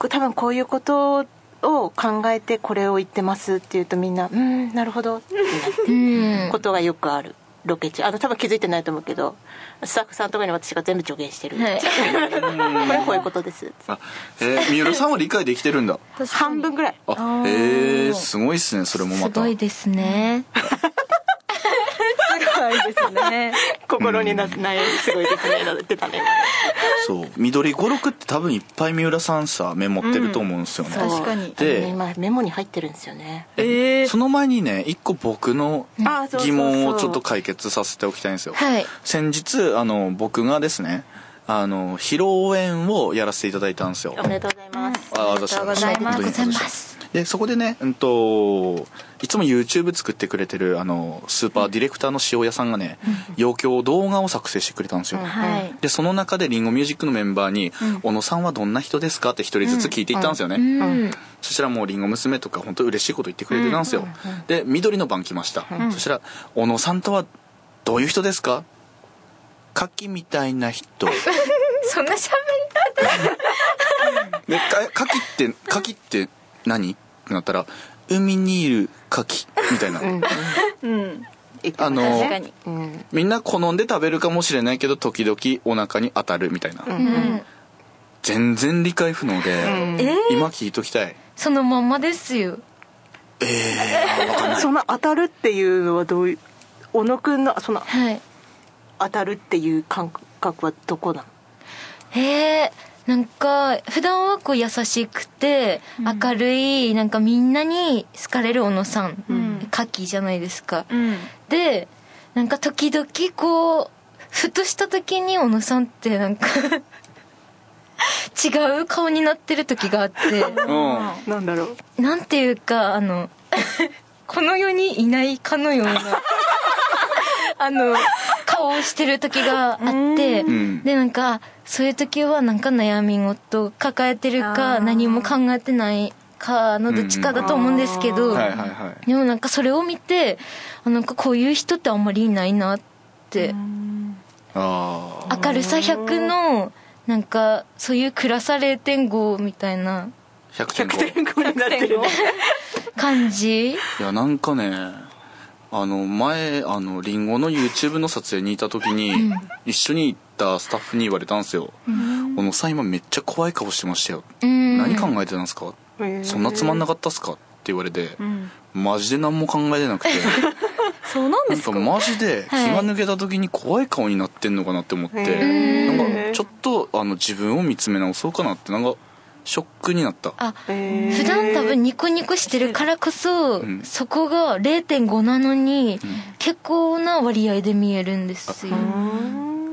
S3: 多分こういうことを考えてこれを言ってますって言うとみんな「うんなるほど」ってなっ
S2: う
S3: て
S2: ん
S3: ことがよくあるロケ中あの多分気づいてないと思うけどスタッフさんとかに私が全部助言してる、
S2: はい
S3: (laughs) これこういうことです
S1: あえー、三浦さんは理解できてるん (laughs) だ
S3: 半分ぐらい
S1: あ
S4: あー
S1: えー、すごいっすねそれもますた
S2: ごいですね
S4: ないですね
S3: 心にな悩みすごい説明が出たね
S1: そう緑五六って多分いっぱい三浦さんさメモってると思うんですよね、
S4: うん確かに
S1: で
S3: あのね今メモに入ってるんですよね
S4: ええ
S1: その前にね一個僕の
S3: あそうそうそう
S1: 疑問をちょっと解決させておきたいんですよ、
S2: はい
S1: 先日あの僕がですねあの披露宴をやらせていただいたんですよ
S3: おめでとうございます
S1: ありがとうございます
S2: ありがとうございます
S1: でそこでね、うん、といつも YouTube 作ってくれてるあのスーパーディレクターの塩屋さんがね余興動画を作成してくれたんですよ、
S2: はい
S1: でその中でリンゴミュージックのメンバーに「小野さんはどんな人ですか?」って一人ずつ聞いていったんですよね、
S2: うん
S1: そしたらもうりんご娘とか本当嬉しいこと言ってくれてたんですよ、で緑の番来ました、そしたら「小野さんとはどういう人ですか?」「牡蠣みたいな人」
S2: そんな喋り
S1: で「か牡蠣って牡蠣って何?」ってなったら「海にいる牡蠣」みたいな、
S4: うん
S3: 言って
S1: あ
S3: ました
S1: の
S4: 確か
S3: ね
S4: に
S3: うん
S1: みんな好んで食べるかもしれないけど時々お腹に当たるみたいな、
S3: う
S2: た
S3: ん
S2: うん
S1: 全然理解不能で、
S3: ん
S1: 今聞いときたい
S2: そのまんまですよ
S3: その当たるっていうのはどういう小野くんのその
S2: はい
S3: 当たるっていう感覚はどこなの
S2: へえなんか普段はこう優しくて明るい、なんかみんなに好かれる小野さん、
S4: ん
S2: カキじゃないですか、
S4: うん
S2: でなんか時々こうふとした時に小野さんってなんか (laughs) 違う顔になってる時があっ
S1: う
S2: て
S1: ん
S3: なんだろう
S2: なんていうかあの (laughs) この世にいないかのよう (laughs) なあの顔をしてる時があって、
S1: うん
S2: でなんかそういう時はなんか悩み事抱えてる
S4: あ
S2: か
S4: ー
S2: 何も考えてないかのどっちかだと思うんですけど、
S1: はいはいはい
S2: でもなんかそれを見てあなんかこういう人ってあんまりいないなって、
S1: ああ
S2: 明るさ100のなんかそういう暗さ0.5みたいな
S1: 100点
S3: 100
S1: 超
S3: 点超えになってるね
S2: 感じ
S1: いやなんかねあの前あのリンゴの YouTube の撮影にいた時に一緒に行ったスタッフに言われたんですよ「小野さん今めっちゃ怖い顔してましたよ」
S2: うん
S1: 何考えてたんですかそんなつまんなかったっすか?」って言われて
S4: ん
S1: マジで何も考えてなくて
S4: そうなんで
S1: なん
S4: す
S1: か
S4: か
S1: マジで気が抜けた時に怖い顔になってんのかなって思っ
S3: へ
S1: て
S3: ー
S1: なんかちょっとあの自分を見つめ直そうかなってなんかショックになった
S2: あ
S3: へー
S2: 普段多分ニコニコしてるからこそ、
S1: ん
S2: そこが0.5なのに、結構な割合で見えるんですよ、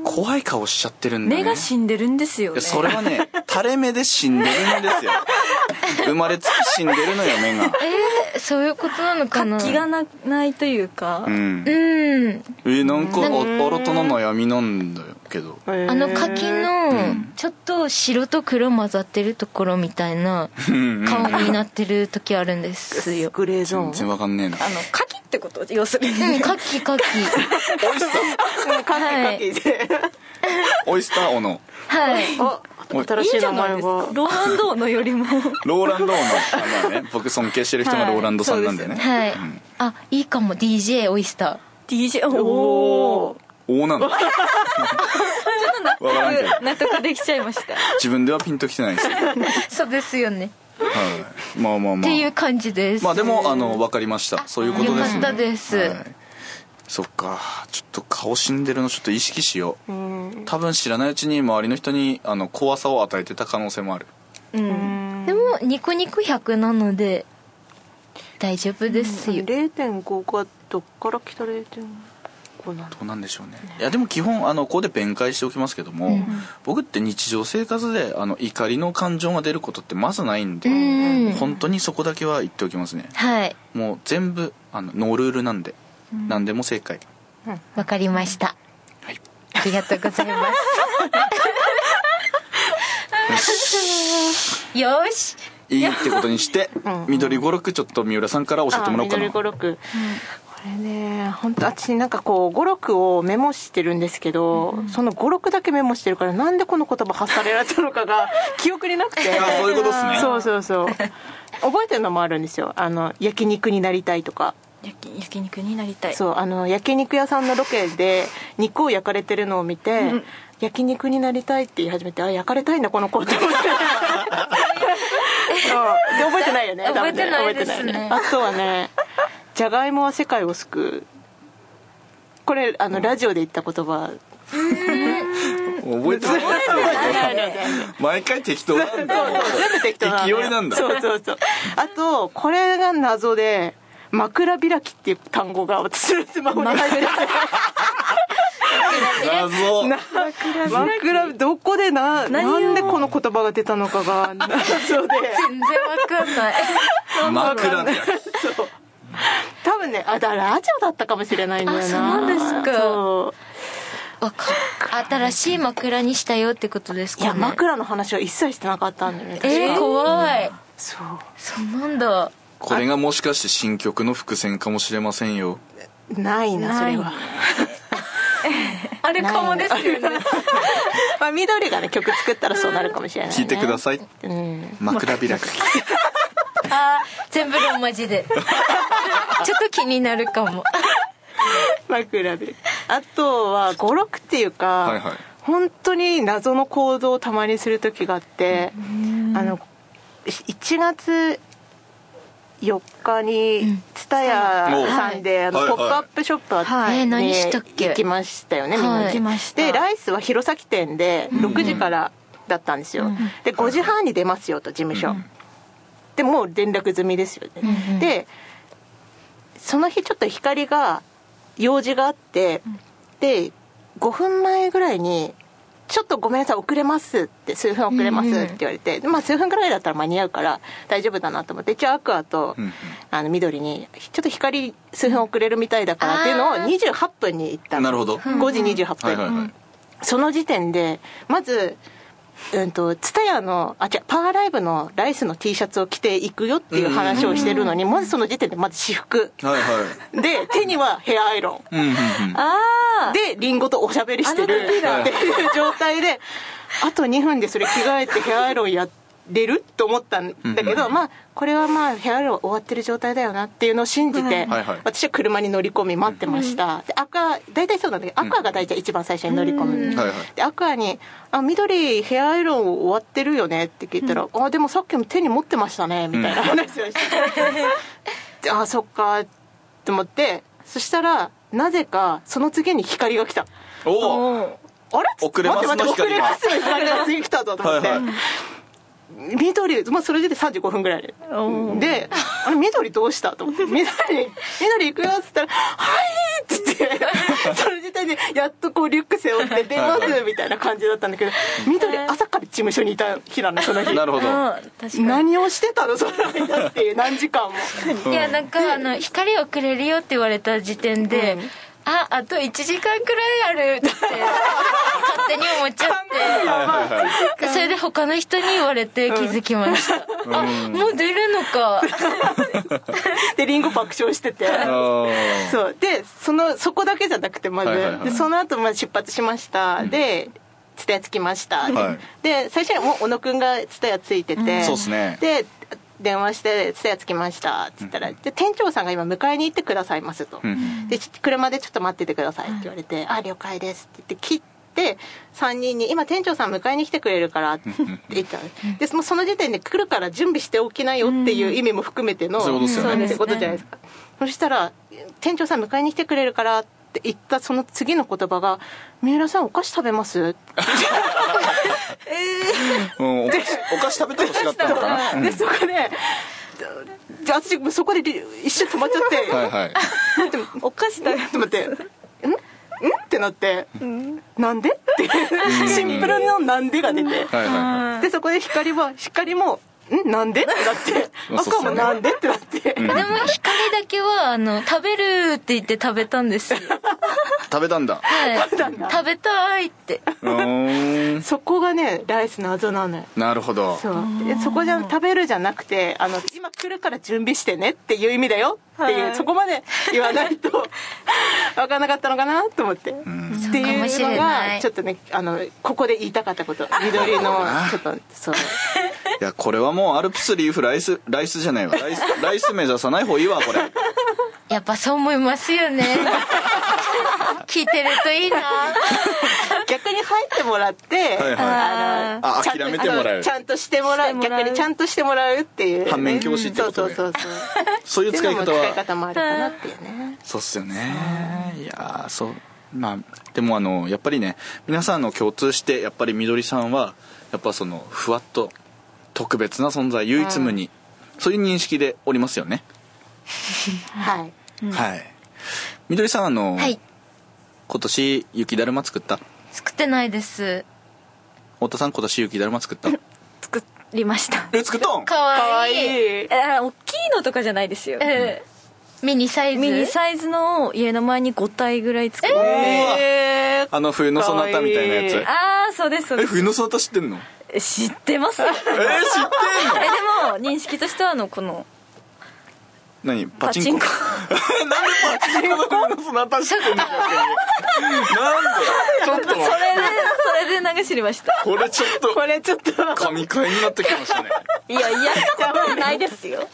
S1: 怖い顔しちゃってるんだね
S4: 目が死んでるんですよ
S1: いや
S4: ね
S1: それはね垂れ目で死んでるんですよ生まれつき死んでるのよ目が
S2: えーそういうことなのかな
S4: 気がなないというか、
S1: うん
S2: う
S1: え
S2: ん
S1: なんかあ新たな悩みなんだけど
S2: あの
S3: 柿
S2: 柿のちょっと白と黒混ざってるところみたいな
S1: うんうん
S2: 顔になってる時あるんですよ
S3: グレーゾ
S1: 全
S3: ー
S1: 然
S3: ン
S1: わかんねえな
S4: あの牡蠣ってこと要するに、
S2: うん柿柿
S1: オイス
S3: カ (laughs)
S2: はい
S3: キで
S1: ターオイスターオの
S2: はい
S3: あ新
S4: い
S3: し
S4: い
S3: い
S4: んじ
S3: 名
S4: ゃない
S3: 前
S4: ですか
S3: が
S4: ローランドーノよりも
S1: ローランドオのあまあね僕尊敬してる人がローランドさんなんでね、
S2: はいあいいかも DJ オイスタ
S4: DJ お
S3: お
S4: お
S3: ー
S1: 王なのわからんけど
S4: 納得できちゃい
S2: (laughs)
S4: ました
S1: 自分ではピンときてないです、は
S2: ーそうですよね、
S1: い、まあまあま
S2: っていう
S1: あ
S2: 感じです
S1: まあでもあのわかりましたそういうことですね
S2: よかったです
S1: はいそっかちょっと顔死んでるのちょっと意識しよう
S3: うん
S1: 多分知らないうちに周りの人にあの怖さを与えてた可能性もある
S4: うん
S2: でもニコニコ100なので大丈夫ですよ、
S3: 0.5がどっから来た0.5なの
S1: どうなんでしょうねいやでも基本あのここで弁解しておきますけども、僕って日常生活であの怒りの感情が出ることってまずないんで、
S2: うん
S1: 本当にそこだけは言っておきますね
S2: はい
S1: もう全部あのノールールなんで、何でも正解
S2: わかりました
S1: はい
S2: ありがとうございます
S3: (laughs)
S2: よし
S1: いいってことにして
S3: んうん
S1: 緑五六ちょっと三浦さんから教えてもらおうかな
S3: あ緑五六、これね本当私なんかこう五六をメモしてるんですけど、その五六だけメモしてるからなんでこの言葉発されられたのかが (laughs) 記憶になくて
S1: あそういうことっすね
S3: そうそうそう覚えてるのもあるんですよあの焼肉になりたいとか
S4: 焼き焼肉になりたい
S3: そうあの焼肉屋さんのロケで肉を焼かれてるのを見て、焼肉になりたいって言い始めてあ焼かれたいんだこの子って思って (laughs) そうで覚えてないよね多分ね
S2: 覚えてないですね
S3: 覚えてないよあとはねじゃがいもは世界を救うこれあのラジオで言った言葉
S1: 覚えてない毎回適当なんだ
S3: (laughs)
S1: よ
S3: 全部適当なのよ
S1: 勢いなんだ
S3: そうそうそうあとこれが謎で枕開きっていう単語が私のスマホに入って
S1: 謎
S3: て枕どこでな
S4: 何を
S3: なんでこの言葉が出たのかが (laughs) 謎で
S2: 全然わかんない
S1: 枕だよ
S3: そう多分ねあだラジオだったかもしれないんだよな
S2: あそうなんですか
S3: そ
S2: わかん新しい枕にしたよってことです
S3: う
S2: かね
S3: いや枕の話は一切してなかったんだよね
S2: えー、怖い
S3: そう
S2: そうなんだ
S1: これがもしかして新曲の伏線かもしれませんよ
S3: ないなそれ
S4: な
S3: はい
S2: あれ
S3: ない (laughs)
S2: かもですよね
S3: まあ緑がね曲作ったらそうなるかもしれないね
S1: 聞いてください
S3: うん
S1: 枕開き
S2: あー全部ローマ字で (laughs) ちょっと気になるかも
S3: 枕であとは56っていうか、
S1: はいはい
S3: 本当に謎の行動をたまにする時があって、あの1月4日に蔦屋さんで「あの
S1: はい
S3: ポップアップショップ」あって、
S4: はいえ
S2: ー何したっけ
S3: 行きましたよね、
S2: はい
S3: みん
S4: 行き
S3: な
S4: ました
S3: でライスは弘前店で6時からだったんですよ、で5時半に出ますよと事務所、でもう連絡済みですよね、
S2: うんうん
S3: でその日ちょっと光が用事があって、で5分前ぐらいに「ちょっとごめんなさい遅れます」って「数分遅れます」って言われて、まあ数分ぐらいだったら間に合うから大丈夫だなと思って一応アクアと、
S1: うんうん
S3: あの緑に「ちょっと光数分遅れるみたいだから」っていうのを
S2: あー
S3: 28分に言ったの
S1: なるほど
S3: 5時28分、
S1: はいはいはい
S3: その時点でまずうんと蔦屋のあ違うパワーライブのライスの T シャツを着ていくよっていう話をしてるのにまずその時点でまず私服
S1: はいはい
S3: で手にはヘアアイロン
S1: うんうんうん
S4: あ
S3: でリンゴとおしゃべりしてる
S4: あの時
S1: だ
S3: っていう状態であと2分でそれ着替えてヘアアイロンやれると思ったんだけど、まあこれはまあヘアアイロン終わってる状態だよなっていうのを信じて、
S1: うんはいはい
S3: 私は車に乗り込み待ってました、でアクア大体そうなんだけどアクアが大体一番最初に乗り込む、
S1: はいはい
S3: でアクアに「あ緑ヘアアイロン終わってるよね」って聞いたら「あでもさっきも手に持ってましたね」みたいな話をして、であそっかと思ってそしたらなぜかその次に光が来た
S4: あ
S1: おお
S4: も
S3: あれ
S1: 遅れますの
S3: 待って待って遅
S1: 光
S3: れ
S1: が
S3: ますの光が次来たぞと思って
S1: はいは
S3: 緑、まあ、それで35分ぐらいで
S4: おー
S3: で「あれ緑どうした?」と思
S4: (laughs)
S3: って「緑緑行くよ」っつったら「はい!」っつって
S4: (laughs)
S3: その時点でやっとこうリュック背負って出ますみたいな感じだったんだけど緑朝から事務所にいた日な
S1: (laughs)
S3: のその日
S1: なるほど
S4: あ確かに
S3: 何をしてたのその間っていう何時
S4: (laughs)
S3: 間も
S2: いやなんかあの光をくれるよって言われた時点で、
S3: うん
S2: ああと1時間くらいあるって勝手に思っちゃ
S3: (laughs)
S2: っ
S1: はいはいはい
S2: てそれで他の人に言われて気づきました、あもう出るのか
S3: でリンゴ爆笑してて
S1: あー
S3: そうでそのそこだけじゃなくてまず、
S1: はいはいはい
S3: でその後まあ出発しました、で蔦屋着きました、
S1: はい
S3: で最初にもう小野くんが蔦屋ついてて、
S1: そうっすね
S3: で電話して「蔦屋着きました」っつったら、で店長さんが今迎えに行ってくださいますと、
S1: うんうん
S3: でち車でちょっと待っててくださいって言われて「あ了解です」って言って切って3人に「今店長さん迎えに来てくれるから」って言ったのでもうその時点で来るから準備しておきなよっていう意味も含めての
S1: そういうことですよね
S3: そういうことじゃないですかそしたら「店長さん迎えに来てくれるから」って言ったその次の言葉が「三浦さんお菓子食べます?」
S1: うんお菓子お菓子食べてほしかったのかな
S3: でそこでじゃあ私そこでり一瞬止まっちゃって
S1: はいはい
S3: 待ってお菓子だよと思って「んん?」ってなって「なんで?」ってシンプルの「なんで?」が出て
S1: はいは
S3: でそこで光は光も「んなんで?」ってなって
S1: まあそうっ
S3: 赤
S1: すよ
S3: も「
S1: ね
S3: なんで?」ってなって
S2: でも光だけはあの食べるって言って食べたんですよ、
S1: い食べたんだ
S2: はい、
S3: たんだ
S2: 食べたいって
S1: うーん
S3: そこがねライス謎なのよ
S1: なるほど
S3: そうでそこじゃ食べるじゃなくてあの今来るから準備してねっていう意味だよっていう、
S4: はい
S3: そこまで言わないと分からなかったのかなと思って、って
S2: そうかも
S3: い
S2: し
S3: うの
S2: れな
S3: が
S2: い
S3: ちょっとねあのここで言いたかったこと緑のちょっとそう
S1: いやこれはもうアルプスリーフライスライスじゃないわライスライス目指さない方がいいわこれ
S2: やっぱそう思い (laughs) ますよね聞いてるといいな
S3: 逆に入ってもらって
S1: はいはい
S3: あの
S1: あ
S3: ちゃんと
S1: 諦めてもらう
S3: あのちゃんとしてもら
S4: して
S3: う
S4: もらう
S3: 逆にちゃんとしてもらうっていうね
S1: 反面教師ってことね
S3: うんそうそうそうそう
S1: そういう使い
S3: って
S1: 方
S3: うのも使い
S1: は
S3: 方もあるかなっていうね
S1: そうっすよねいやーそうまあでもあのやっぱりね皆さんの共通してやっぱりみどりさんはやっぱそのふわっと特別な存在唯一無二、そういう認識でおりますよね、
S3: はい
S1: はいみどりさんあの、
S2: はい
S1: 今年雪だるま作った
S2: 作ってないです
S1: 太田さん今年雪だるま作った
S4: 作りました
S1: え作ったん
S2: かわいい
S3: い
S4: あ大きいのとかじゃないですよ、
S2: えミニサイズ
S4: ミニサイズのを家の前に5体ぐらい作って、
S3: え
S1: あの冬のそなたみたいなやつ
S3: かわいい
S4: ああそうですそう
S1: え
S4: で
S1: 冬のそなた知ってんの
S4: す知ってま
S2: (laughs)
S4: すえ
S1: えー、知ってんの
S4: でも認識としてはあのこの
S1: (laughs) 何パ
S4: パ
S1: チ
S4: チ
S1: ン
S4: ン
S1: コ (laughs)
S4: コ
S1: なんでパチンコの冬のそなた知ってんの逆になんでちょっと待っ
S4: それ
S1: て
S4: でそれでなんか知りました
S1: これちょっ
S3: ことれちょっと
S1: 神回になってきましたね
S4: いややったことはないです (laughs) よ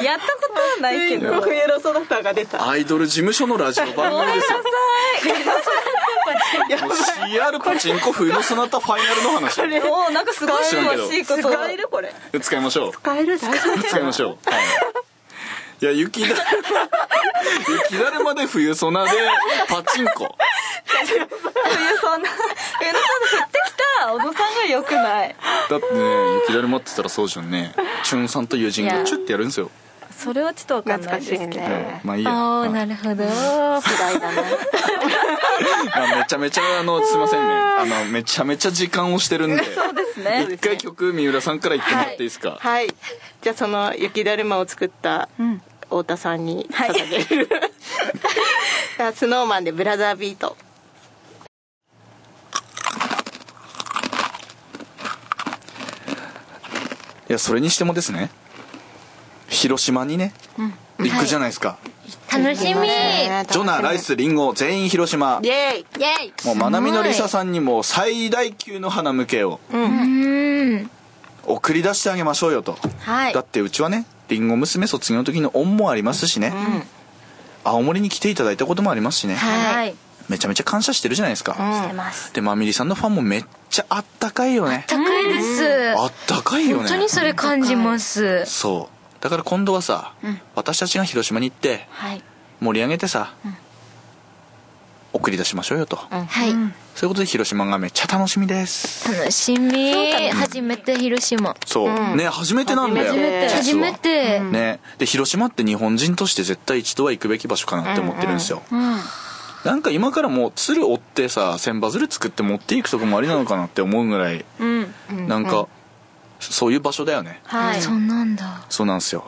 S4: やったことはないけどごめんな
S3: 冬のソナタが出た
S1: アイドル事務所のラジオ番組です
S4: さ
S1: よ
S3: やばい
S1: CR パチンコ冬のそなたファイナルの話
S3: これ
S4: いおーなんかすごい詳しいこと
S3: 使えるこれ
S1: 使いましょう
S3: 使える大丈夫
S1: 使いましょう。はい。いや、雪だる、雪だるまで冬ソナでパチンコ。
S4: 冬そんな冬のさん降ってきた小野さんがよくない
S1: だってね、雪だるまって言ったらそうじゃんね。チュンさんと友人
S4: い
S1: が
S4: や
S1: チュってやるんですよ。
S4: それはちょっとわかんない
S3: 懐
S4: で
S3: か
S4: す
S3: し
S4: け
S3: い
S4: ど、
S1: う
S3: ね
S1: んまあいいや。
S2: あ
S1: は
S2: あ
S1: い
S2: なるほど
S3: 世代だね
S1: まあめちゃめちゃ、あの、すいませんね。あの、めちゃめちゃ時間をしてるんで。
S4: そうですね
S1: 一回曲、三浦さんから言ってもらっていいですか。
S3: はいじゃあその雪だるまを作った
S4: うん
S3: 太田さんに捧げる、 (laughs) じゃあスノーマンでブラザービート
S1: いや、それにしてもですね。広島にね、行くじゃないですか。
S2: 楽しみイエ
S1: ジョナ、ライス、リンゴ、全員広島
S3: イ。エーイ
S2: イ
S1: もう、まなみのりささんにも最大級の花向けを。
S2: うん
S1: 送り出してあげましょうよと、
S2: はい
S1: だってうちはねりんご娘卒業の時の恩もありますしね、青森に来ていただいたこともありますしね、
S2: はい
S4: い
S1: めちゃめちゃ感謝してるじゃないですか、
S4: してます
S1: でまみりさんのファンもめっちゃあったかいよね
S2: 高いです
S1: あったかいよ
S2: 本
S1: ね
S2: 当にそれ感じます
S1: そうだから今度はさ、私たちが広島に行って
S4: はい
S1: 盛り上げてさ、送り出しましょうよと、
S2: はい
S1: そういうことで広島がめっちゃ楽しみです
S2: 楽しみ初めて広島
S1: そう、ね初めてなんだよ
S3: 初めて
S2: 初
S1: 実は
S2: めて
S1: ね、で広島って日本人として絶対一度は行くべき場所かなって思ってるんですよ、なんか今からもう鶴折ってさ千羽鶴作って持っていくとこもありなのかなって思うぐらい、
S4: うん
S1: なんかそういう場所だよね
S4: はい
S2: そうなんだ
S1: そうなんですよ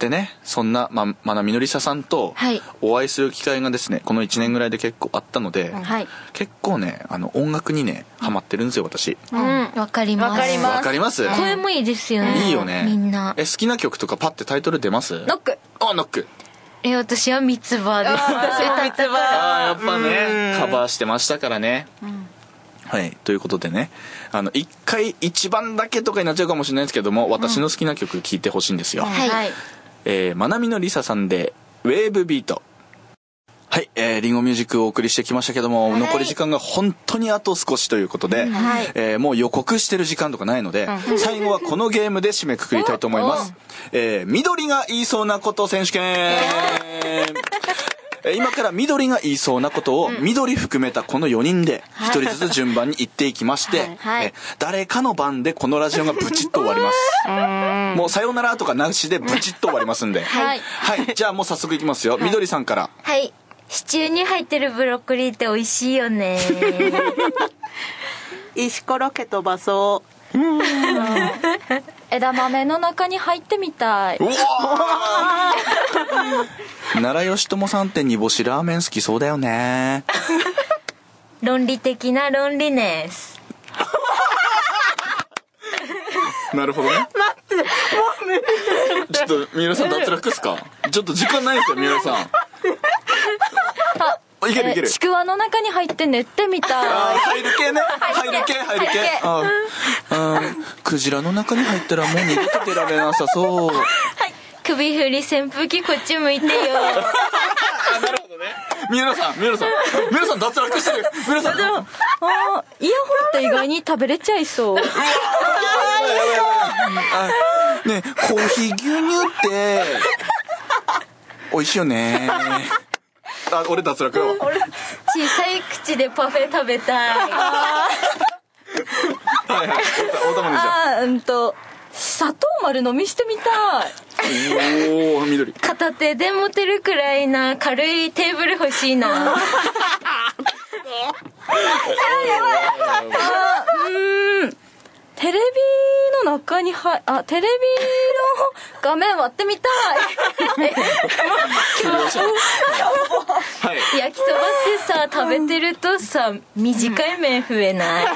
S1: でねそんなままなみのりささんと
S2: はい
S1: お会いする機会がですねこの1年ぐらいで結構あったので、
S4: はい
S1: 結構ねあの音楽にねハマってるんですよ私
S4: うん
S2: わかります
S4: わかります
S1: わかります、
S2: 声もいいですよね
S1: いいよね
S2: みんな
S1: え好きな曲とかパッてタイトル出ます
S4: ノック
S1: あノック
S2: え私は三つ葉です私は三つ
S1: ああやっぱねカバーしてましたからね、はいということでねあの1回一番だけとかになっちゃうかもしれないですけども私の好きな曲聴いてほしいんですよ、
S2: はい
S1: えー、まなみのりささんで「ウェーブビート」はい、えー、リンゴミュージックをお送りしてきましたけども、残り時間が本当にあと少しということで、
S4: はい
S1: えーもう予告してる時間とかないので、最後はこのゲームで締めくくりたいと思います。えー、緑が言いそうなこと選
S4: (laughs)
S1: 手権、えー今から緑が言いそうなことを緑含めたこの4人で1人ずつ順番に言っていきまして、
S4: はい
S1: えー誰かの番でこのラジオがブチッと終わります。もうさよならとかなしでブチッと終わりますんで。
S4: はい
S1: はい、じゃあもう早速いきますよ。緑さんから。
S2: はいシチューに入ってるブロッコリーって美味しいよ
S4: (laughs)
S2: ね
S3: 石ころけ飛ばそ
S4: 枝豆の中に入ってみたいう
S1: (laughs) わー奈良義朝さんって煮干しラーメン好きそうだよね。
S2: 論理的な論理です
S1: なるほどね。待って、もうちょっと、三浦さん脱落っすかちょっと時間ないですよ、三浦さん。いけるいけ
S4: え
S1: る。
S4: ちくわの中に入って寝てみ
S1: あ
S4: た
S1: ー
S4: い
S1: 入る系ね。入る系、入る系。あーうん。クジラの中に入ったらもう逃げてられなさそう。
S2: 首振り扇風機こっち向いてよ
S1: あ、なるほどね。ね三浦さん三浦さん三浦さん脱落してる三浦さん
S4: でもあーイヤホンって意外に食べれちゃいそう
S1: ねえコーヒー牛乳って美味しいよねあ俺脱落よ
S2: 小さい口でパフェ食べたい
S1: はいはいおたま
S4: あーうんと砂糖丸飲みしてみたい
S1: でしょおお緑
S2: 片手で持てるくらいな軽いテーブル欲しい
S4: (laughs)
S2: な
S4: あうーんテレビの中にはあテレビの画面割ってみたい
S2: (laughs)
S1: キュリオシティはい
S2: 焼きそばってさ食べてるとさ短い麺増えない